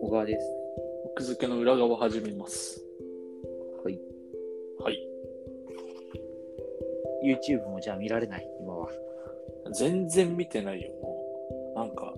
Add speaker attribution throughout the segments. Speaker 1: 小川です。
Speaker 2: 奥付けの裏側始めます。
Speaker 1: はい。
Speaker 2: はい。
Speaker 1: YouTube もじゃあ見られない、今は。
Speaker 2: 全然見てないよ、もう。なんか、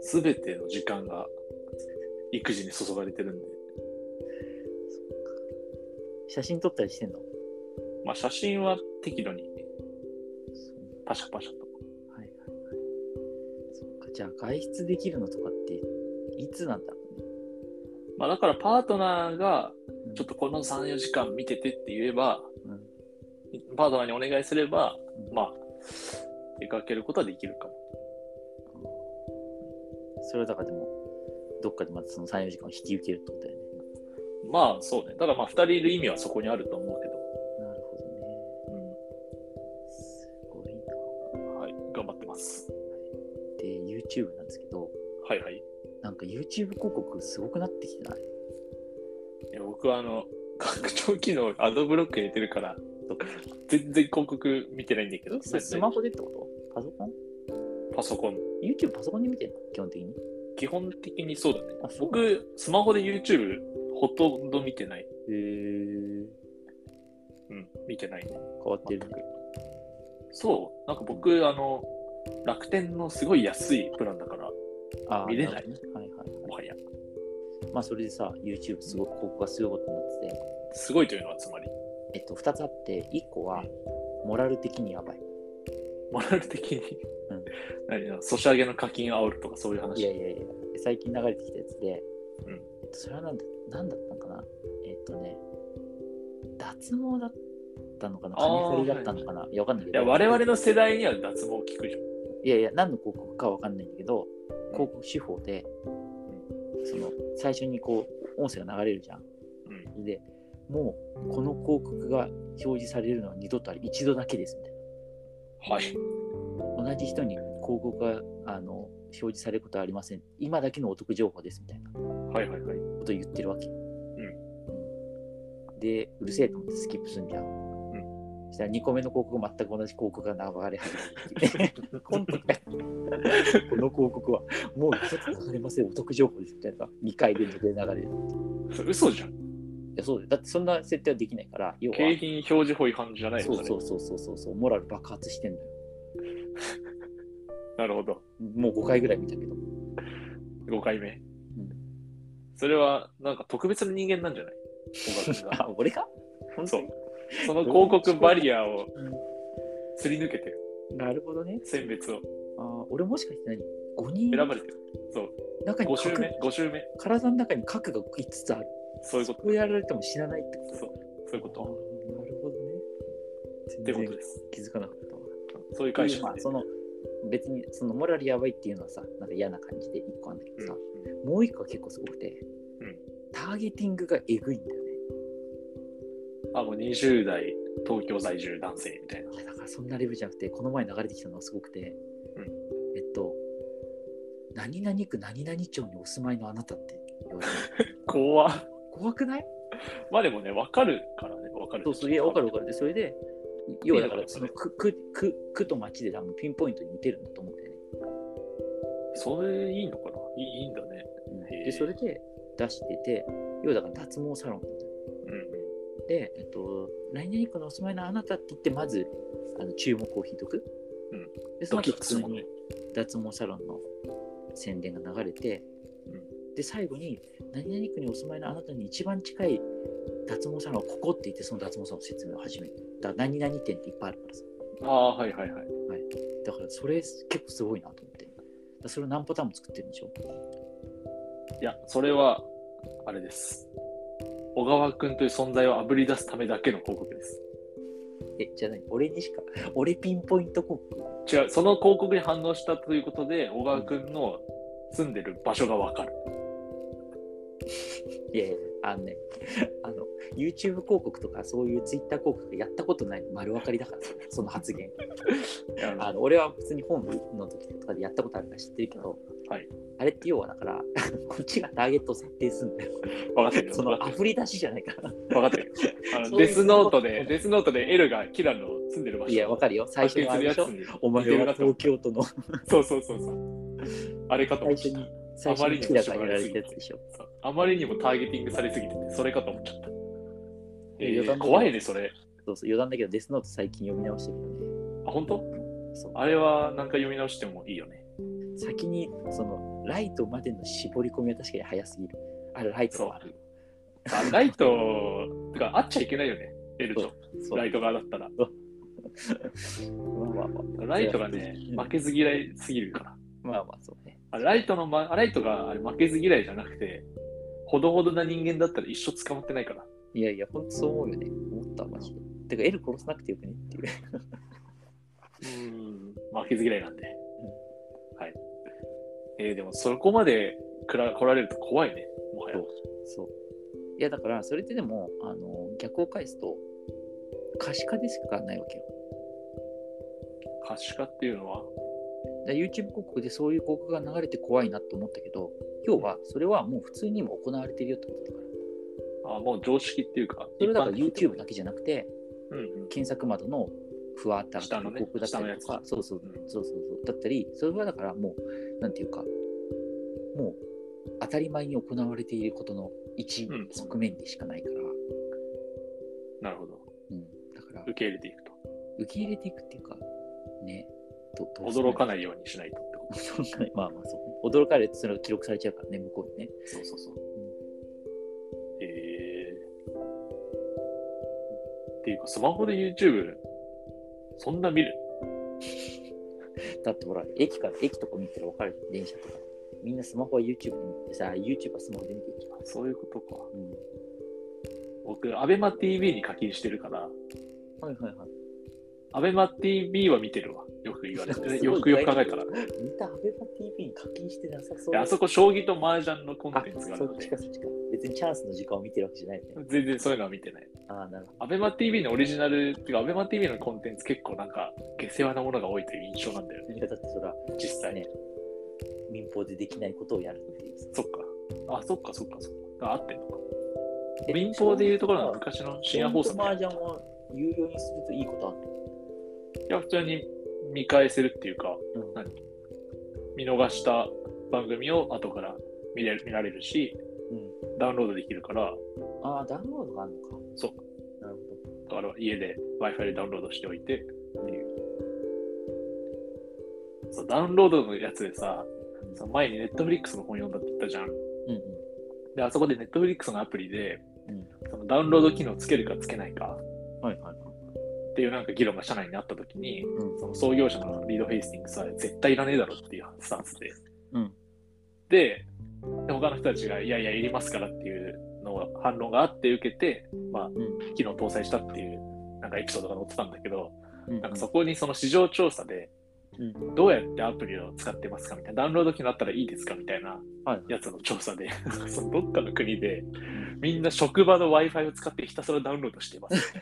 Speaker 2: すべての時間が育児に注がれてるんで。
Speaker 1: 写真撮ったりしてんの
Speaker 2: まあ、写真は適度にパシャパシャと。
Speaker 1: はいはいはい。そっか、じゃあ外出できるのとかって、いつなんだろうね。
Speaker 2: まあ、だからパートナーが
Speaker 1: うん
Speaker 2: ちょっとこの3、4時間見ててって言えば、
Speaker 1: うん
Speaker 2: パートナーにお願いすれば、
Speaker 1: うん
Speaker 2: まあ、出かけることはできるかも。
Speaker 1: それはだからでも、どっかでまたその3、4時間を引き受けるってことだよね。
Speaker 2: まあ、そうね。ただまあ、2人いる意味はそこにあると思うけど。
Speaker 1: なるほどね。
Speaker 2: う
Speaker 1: すごいな。
Speaker 2: ん。はい。頑張ってます。
Speaker 1: で、YouTube なんですけど、
Speaker 2: はいはい。
Speaker 1: なんか YouTube 広告すごくなってきてない
Speaker 2: いや僕はあの拡張機能アドブロック入れてるから全然広告見てないんだけど
Speaker 1: それスマホでってことパソコン
Speaker 2: パソコン
Speaker 1: ?YouTube パソコンで見てんの基本的に。
Speaker 2: 基本的にそうだね
Speaker 1: あ、そうなんだ
Speaker 2: 僕スマホで YouTube ほとんど見てない
Speaker 1: へー
Speaker 2: うん見てないね
Speaker 1: 変わって
Speaker 2: 全
Speaker 1: る
Speaker 2: く
Speaker 1: ね。
Speaker 2: そうなんか僕あの楽天のすごい安いプランだから
Speaker 1: あー
Speaker 2: 見れない
Speaker 1: るほどねはいはい
Speaker 2: も
Speaker 1: は
Speaker 2: はや
Speaker 1: い。まあそれでさ、YouTube すごく広告がすごいことになってて、
Speaker 2: すごいというのはつまり
Speaker 1: えっと、2つあって、1個は
Speaker 2: う
Speaker 1: モラル的にやばい。
Speaker 2: モラル的に
Speaker 1: うん
Speaker 2: 何なのソシャゲの課金煽るとかそういう話
Speaker 1: いやいやいや、最近流れてきたやつで、
Speaker 2: うん
Speaker 1: えっとそれはなんだなんだったのかなえっとね、脱毛だったのかな
Speaker 2: あー
Speaker 1: 髪剃りだったのかないや、わかんないけ
Speaker 2: い
Speaker 1: ど。
Speaker 2: や我々の世代には脱毛聞くじゃん
Speaker 1: いやいや、何の広告かわかんないんだけど、広告手法で、その最初にこう音声が流れるじゃん。
Speaker 2: う
Speaker 1: で、もうこの広告が表示されるのは二度とあり一度だけですみたい
Speaker 2: はい
Speaker 1: な。同じ人に広告があの表示されることはありません。今だけのお得情報ですみたいなこ
Speaker 2: はいはいはい
Speaker 1: とを言ってるわけ。うんで、うるせえと思ってスキップすんじゃん。そしたら2個目の広告全く同じ広告が流れ始めるっていうね。 コントかこの広告はもう一つ流れませんお得情報ですみたいな2回連続で流れるい
Speaker 2: それ嘘じゃん
Speaker 1: やそうだよだってそんな設定はできないから要は
Speaker 2: 景品表示法違反じゃない
Speaker 1: そ
Speaker 2: の
Speaker 1: うそうそうそうそうそうモラル爆発してんのよ
Speaker 2: なるほど。
Speaker 1: もう5回ぐらい見たけど
Speaker 2: 5回目。それは、なんか特別な人間な んじゃない小川君が
Speaker 1: あ俺か本
Speaker 2: そ
Speaker 1: 当
Speaker 2: う
Speaker 1: に。
Speaker 2: その広告バリアをすり抜けてる。
Speaker 1: なるほどね
Speaker 2: 選別を
Speaker 1: あー俺もしかして何5人
Speaker 2: 選ばれてる。
Speaker 1: 中に
Speaker 2: 5周目
Speaker 1: 核、
Speaker 2: 5周目。
Speaker 1: 体の中に核が5つある
Speaker 2: そういうこと、
Speaker 1: こうやられても死なないってこと
Speaker 2: そうそういうこと。
Speaker 1: あーなるほどね全
Speaker 2: ってこと
Speaker 1: 然
Speaker 2: です。
Speaker 1: 気づかなかったわ
Speaker 2: そういう解釈
Speaker 1: まあ
Speaker 2: で。
Speaker 1: その別にそのモラルやばいっていうのはさなんか嫌な感じで一個あんだけ
Speaker 2: う
Speaker 1: ど
Speaker 2: ん
Speaker 1: さ、もう一個は結構すごくて、
Speaker 2: うん
Speaker 1: ターゲティングがえぐいんだよね
Speaker 2: あ、もう20代、東京在住男性みたいな。
Speaker 1: いやだからそんなレベルじゃなくてこの前流れてきたのがすごくて、
Speaker 2: うん
Speaker 1: えっと何々区何々町にお住まいのあなたって言われて
Speaker 2: 怖っ
Speaker 1: 怖くない
Speaker 2: まあでもね、わかるからね、わか る。
Speaker 1: そうすげえわかるわかるでそれで要はだから
Speaker 2: いい
Speaker 1: そ
Speaker 2: のか
Speaker 1: の区
Speaker 2: な
Speaker 1: 区区区と町で多分ピンポイントに似てるんだと思うんだよね
Speaker 2: それいいのかないいいいんだね。へえ
Speaker 1: でそれで出してて要はだから脱毛サロンなんだよ
Speaker 2: うんうん。
Speaker 1: で、えっと、何々区のお住まいのあなたって言って、まず、あの注目を引いとく。
Speaker 2: うん
Speaker 1: で、その後、
Speaker 2: ドキ
Speaker 1: 普
Speaker 2: ッとする
Speaker 1: 通
Speaker 2: もんね
Speaker 1: に脱毛サロンの宣伝が流れて、
Speaker 2: う
Speaker 1: で、最後に、何々区にお住まいのあなたに一番近い脱毛サロンはここって言って、その脱毛サロンの説明を始める。だから、何々店っていっぱいあるからさ。
Speaker 2: ああ、はいはいはい。
Speaker 1: だから、それ結構すごいなと思って。だからそれを何パターンも作ってるんでしょ
Speaker 2: いや、それは、あれです。小川くんという存在をあぶり出すためだけの広告です。
Speaker 1: え、じゃあ何俺にしか、 俺ピンポイント広告。
Speaker 2: 違う、その広告に反応したということで、小川くんの住んでる場所がわかる。
Speaker 1: いやいや、あのね、あの、YouTube 広告とか、そういう Twitter 広告やったことないの丸分かりだから、その発言。あの俺は普通に本の時とかでやったことあるから知ってるけど、
Speaker 2: はい
Speaker 1: あれって要はだから、 こっちがターゲットを設定するんだよ。
Speaker 2: 分かってるよ。
Speaker 1: そ
Speaker 2: 分
Speaker 1: の
Speaker 2: かっ
Speaker 1: あふり出しじゃないから。
Speaker 2: てる。分かってる。あ
Speaker 1: そ
Speaker 2: の
Speaker 1: うい
Speaker 2: デ
Speaker 1: う
Speaker 2: スノート
Speaker 1: そうい
Speaker 2: で
Speaker 1: う、
Speaker 2: デスノートでエルがキラの住んでる場所
Speaker 1: いや、わかるよ。最初のあれでしょ
Speaker 2: に
Speaker 1: お前は東京都の
Speaker 2: そうそうそうそうあれかと思
Speaker 1: 最
Speaker 2: っち
Speaker 1: 初
Speaker 2: ゃった
Speaker 1: に、最初に木高にやられたやつでしょ。
Speaker 2: そうあまりにもターゲティングされすぎててそれかと思っちゃった、え
Speaker 1: 余談だけど
Speaker 2: ー、怖いねそれ
Speaker 1: そうそう、余談だけど、デスノート最近読み直してみるね。
Speaker 2: あ本当
Speaker 1: そう
Speaker 2: あれは何回読み直してもいいよね
Speaker 1: 先に、その、ライトまでの絞り込みは確かに早すぎる。あれ、ライトはある。
Speaker 2: あライトとかあっちゃいけないよねエルと
Speaker 1: そう
Speaker 2: ライト側だったら
Speaker 1: まあまあ
Speaker 2: ライトがね
Speaker 1: うん
Speaker 2: 負けず嫌いすぎるから
Speaker 1: まあ、まあまあ、そうね。
Speaker 2: あライトの、ま、ライトがあれ負けず嫌いじゃなくてほどほどな人間だったら一生捕まってないから
Speaker 1: いやいや、ほんとそう思うよね。思った、マジで。てか、L 殺さなくてよくねっていう。
Speaker 2: うん負けず嫌いなんで、はいえーでもそこまでくら来られると怖いねもはや
Speaker 1: そうそう。いや、だから、それってでも、あの、逆を返すと、可視化でしかないわけよ。
Speaker 2: 可視化っていうのは
Speaker 1: で YouTube 広告でそういう広告が流れて怖いなと思ったけど、要は、それはもう普通にも行われてるよってことだから。
Speaker 2: あもう常識っていうか
Speaker 1: それはだから
Speaker 2: 一般的に
Speaker 1: YouTube だけじゃなくて、
Speaker 2: うんうん
Speaker 1: 検索窓のふわーって上がってる広告だったりと
Speaker 2: 下の
Speaker 1: か、
Speaker 2: ね
Speaker 1: そうそう
Speaker 2: のやつ
Speaker 1: そうそうそう、だったり、それはだからもう、なんていうか、もう当たり前に行われていることの一
Speaker 2: うん
Speaker 1: 側面でしかないから、
Speaker 2: なるほど
Speaker 1: うん、だから
Speaker 2: 受、け入れていくと
Speaker 1: 受け入れていくっていうか、ね、どどうする
Speaker 2: 驚かないようにしないとってこと
Speaker 1: 驚かない。まあまあそう、ね。驚かれてそれが記録されちゃうからね、向こうにね。
Speaker 2: そうそうそう。えー、っていうか、スマホで YouTube、そんな見る
Speaker 1: だってほら、駅から、駅とか見たら分かるじゃん電車とか。みんなスマホは YouTube で見てさ、YouTube はスマホで見ていきます。
Speaker 2: そういうことか。
Speaker 1: うん。
Speaker 2: 僕、アベマ t v に課金してるから、
Speaker 1: はいはいはい。
Speaker 2: アベマ t v は見てるわ。よく言われ
Speaker 1: す
Speaker 2: て、
Speaker 1: ごい
Speaker 2: よくよく考えたら。で
Speaker 1: みんなアベマ TV に課金してなさそうだ
Speaker 2: あそこ、将棋と麻雀のコン
Speaker 1: あ
Speaker 2: テンツがあ
Speaker 1: そ
Speaker 2: る
Speaker 1: っ
Speaker 2: の
Speaker 1: ち
Speaker 2: で
Speaker 1: か、そっちか。別にチャンスの時間を見てるわけじゃないよね。
Speaker 2: 全然そういうのは見てない。
Speaker 1: ああ、なるほど。
Speaker 2: アベマ t v のオリジナル、っていうか、アベマ t v のコンテンツ結構なんか、下世話なものが多いという印象なんだよね、
Speaker 1: いやだってそれは
Speaker 2: 実際。
Speaker 1: ね、民放でできないことをやるっていう。
Speaker 2: そっか。あ、そっかそっかそっか。あ、合ってんのか。
Speaker 1: え
Speaker 2: 民放でいうところの昔の深夜放送みた
Speaker 1: マ
Speaker 2: い
Speaker 1: ー
Speaker 2: な
Speaker 1: ジャンは有料にするといいことある
Speaker 2: いや、普通に見返せるっていうか、
Speaker 1: の、
Speaker 2: はい見逃した番組を後から見れる見られるし、
Speaker 1: う
Speaker 2: ダウンロードできるから、
Speaker 1: ん。ああ、ダウンロードがあるのか。。
Speaker 2: そう
Speaker 1: なる
Speaker 2: だから家で Wi-Fi でダウンロードしておいてっていう。そうダウンロードのやつでさ、
Speaker 1: ほど。
Speaker 2: その前に Netflix の本読んだって言ったじゃん。
Speaker 1: うんうん。
Speaker 2: で、あそこで Netflix のアプリで、
Speaker 1: うん
Speaker 2: そのダウンロード機能つけるかつけないか
Speaker 1: はいはいはい。
Speaker 2: っていうなんか議論が社内にあったときに、
Speaker 1: うん
Speaker 2: その創業者のリード・ヘイスティングスは絶対いらねえだろっていうスタンスで。
Speaker 1: うん
Speaker 2: で、で他の人たちが、いやいや、いりますからっていうのを反論があって受けて、まあ、
Speaker 1: ん
Speaker 2: 機能搭載したっていう、なんかエピソードが載ってたんだけど、
Speaker 1: うん
Speaker 2: なんかそこにその市場調査で、
Speaker 1: うん
Speaker 2: どうやってアプリを使ってますかみたいな、ダウンロード機能あったらいいですかみたいな
Speaker 1: はい
Speaker 2: やつの調査で、 なんかそのどっかの国で、みんな職場の Wi-Fi を使ってひたすらダウンロードしてます。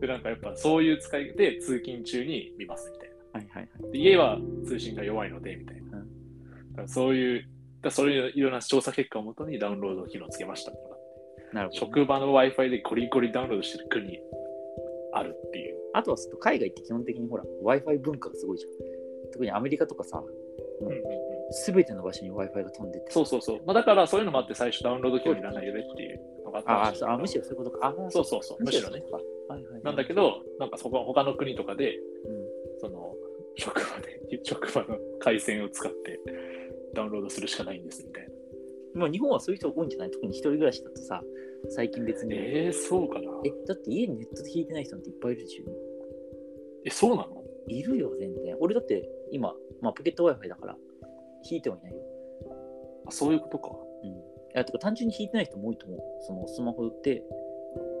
Speaker 2: で、なんかやっぱそういう使いで通勤中に見ますみたい
Speaker 1: はいはいはい。
Speaker 2: な。で家は通信が弱いのでみたいな。
Speaker 1: う
Speaker 2: だからそういう、だからそういういろんな調査結果をもとにダウンロード機能をつけましたとか、
Speaker 1: なるほどね、
Speaker 2: 職場の Wi-Fi でゴリゴリダウンロードしてる国あるっていう。
Speaker 1: あとはちょっと海外って基本的にほら、Wi-Fi 文化がすごいじゃん。特にアメリカとかさ、うんすべての場所に Wi-Fi が飛んでて。
Speaker 2: そうそうそう。まあ、だからそういうのもあって最初ダウンロード機能いらないよねっていうのがあった
Speaker 1: あ
Speaker 2: ら
Speaker 1: あ
Speaker 2: しい
Speaker 1: そうあ、むしろそういうことか。あ
Speaker 2: そうそうそう。むしろね。。
Speaker 1: はいはいはい、
Speaker 2: なんだけど、なんかそこ他の国とかで、
Speaker 1: うん
Speaker 2: その、職場で、 職場の回線を使ってダウンロードするしかないんですみたいな。
Speaker 1: まあ、日本はそういう人多いんじゃない特に一人暮らしだとさ、最近別に。え
Speaker 2: えー、そうかな
Speaker 1: だって家にネットで引いてない人なんていっぱいいるでしょ。
Speaker 2: え、そうなの
Speaker 1: いるよ、全然。俺だって今、まあ、ポケット Wi-Fi だから、引いてはいないよ。
Speaker 2: あそういうことか。
Speaker 1: うん。いや、てか単純に引いてない人も多いと思う。そのスマホで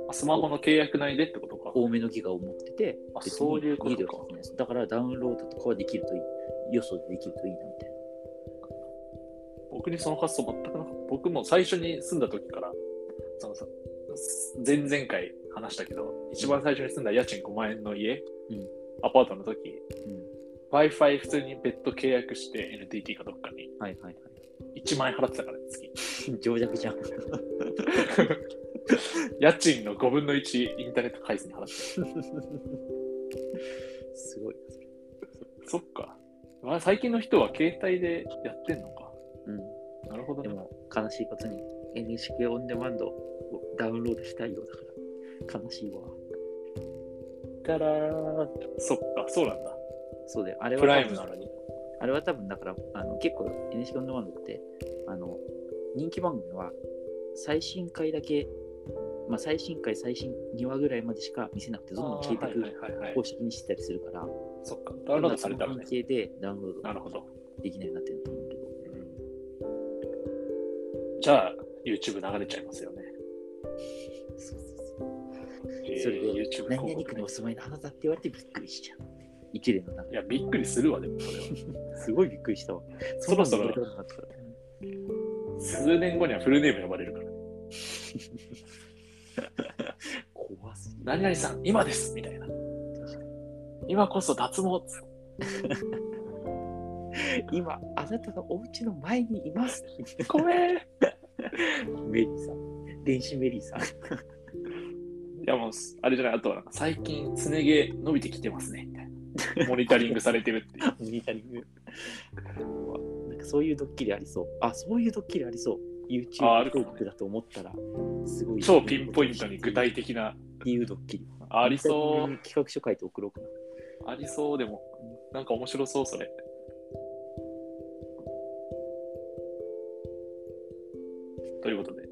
Speaker 2: あスマホの契約内でってことか。
Speaker 1: 多めのギガを持ってて、
Speaker 2: あ
Speaker 1: 別に
Speaker 2: そういうことか
Speaker 1: 家では引いてないですだからダウンロードとかはできるといい。予想でできるといいなみたいな。
Speaker 2: 僕にその発想全くなかった。僕も最初に住んだ時から、そのさ、前々回話したけど、一番最初に住んだ家賃5万円の家、
Speaker 1: うん
Speaker 2: アパートの時、
Speaker 1: うん。
Speaker 2: Wi-Fi 普通に別途契約して NTT かどっかに
Speaker 1: はいはいはい。
Speaker 2: 1万円払ってたから月。
Speaker 1: 情弱じゃん。
Speaker 2: 家賃の5分の1インターネット回線に払って
Speaker 1: すごい。
Speaker 2: る。そっか。まあ、最近の人は携帯でやってんのか。
Speaker 1: うん。
Speaker 2: なるほど
Speaker 1: で
Speaker 2: ね。
Speaker 1: も、悲しいことに NHK オンデマンドをダウンロードしたいようだから、悲しいわ。
Speaker 2: たらそっか、そうなんだ。
Speaker 1: そうだよ。あれは
Speaker 2: プライ
Speaker 1: 多
Speaker 2: ム
Speaker 1: 分
Speaker 2: なのに。
Speaker 1: あれは多分だからあの結構 NHK オンデマンドってあの人気番組は最新回だけ、まあ、最新回最新2話ぐらいまでしか見せなくてどんどん消えてい
Speaker 2: はい
Speaker 1: く
Speaker 2: はいはいはい
Speaker 1: 公。式にしてたりするから
Speaker 2: そっか、ダウンロードさ
Speaker 1: そ
Speaker 2: れ
Speaker 1: の
Speaker 2: たらね
Speaker 1: 関。係でダウンロー
Speaker 2: なる
Speaker 1: ド
Speaker 2: ほど。
Speaker 1: できないようになってると思うけど
Speaker 2: うんじゃあ、YouTube 流れちゃいますよね。
Speaker 1: そうそうそう
Speaker 2: えー
Speaker 1: それで
Speaker 2: YouTube
Speaker 1: 何々
Speaker 2: 広告
Speaker 1: 区
Speaker 2: ね
Speaker 1: にお住まいのあなたって言われてびっくりしちゃう一連の中
Speaker 2: いや、びっくりするわ、でもそ れは。
Speaker 1: すごいびっくりしたわ
Speaker 2: そろそろ
Speaker 1: んなの言われたことなかったから
Speaker 2: 数年後にはフルネーム呼ばれるから。
Speaker 1: 怖すぎる
Speaker 2: 何々さん、今ですみたいな。今こそ脱毛っつ
Speaker 1: 今あなたのお家の前にいます
Speaker 2: ごめん。 い
Speaker 1: メリーさん電子メリーさん
Speaker 2: や、もう、あれじゃない、あとはなんか、最近、すね毛伸びてきてますね、みたいな。モニタリングされてるって いう。
Speaker 1: ミニタリング。なんかそういうドッキリありそう。あ、そういうドッキリありそう。YouTube
Speaker 2: ああるかも
Speaker 1: トークだと思ったら、すごい。
Speaker 2: 超ピンポイントに具体的な。
Speaker 1: っていうドッキリ。
Speaker 2: ありそう。
Speaker 1: 企画書書いて送ろうかな。
Speaker 2: ありそう、でも。なんか面白そう、それ。ということで、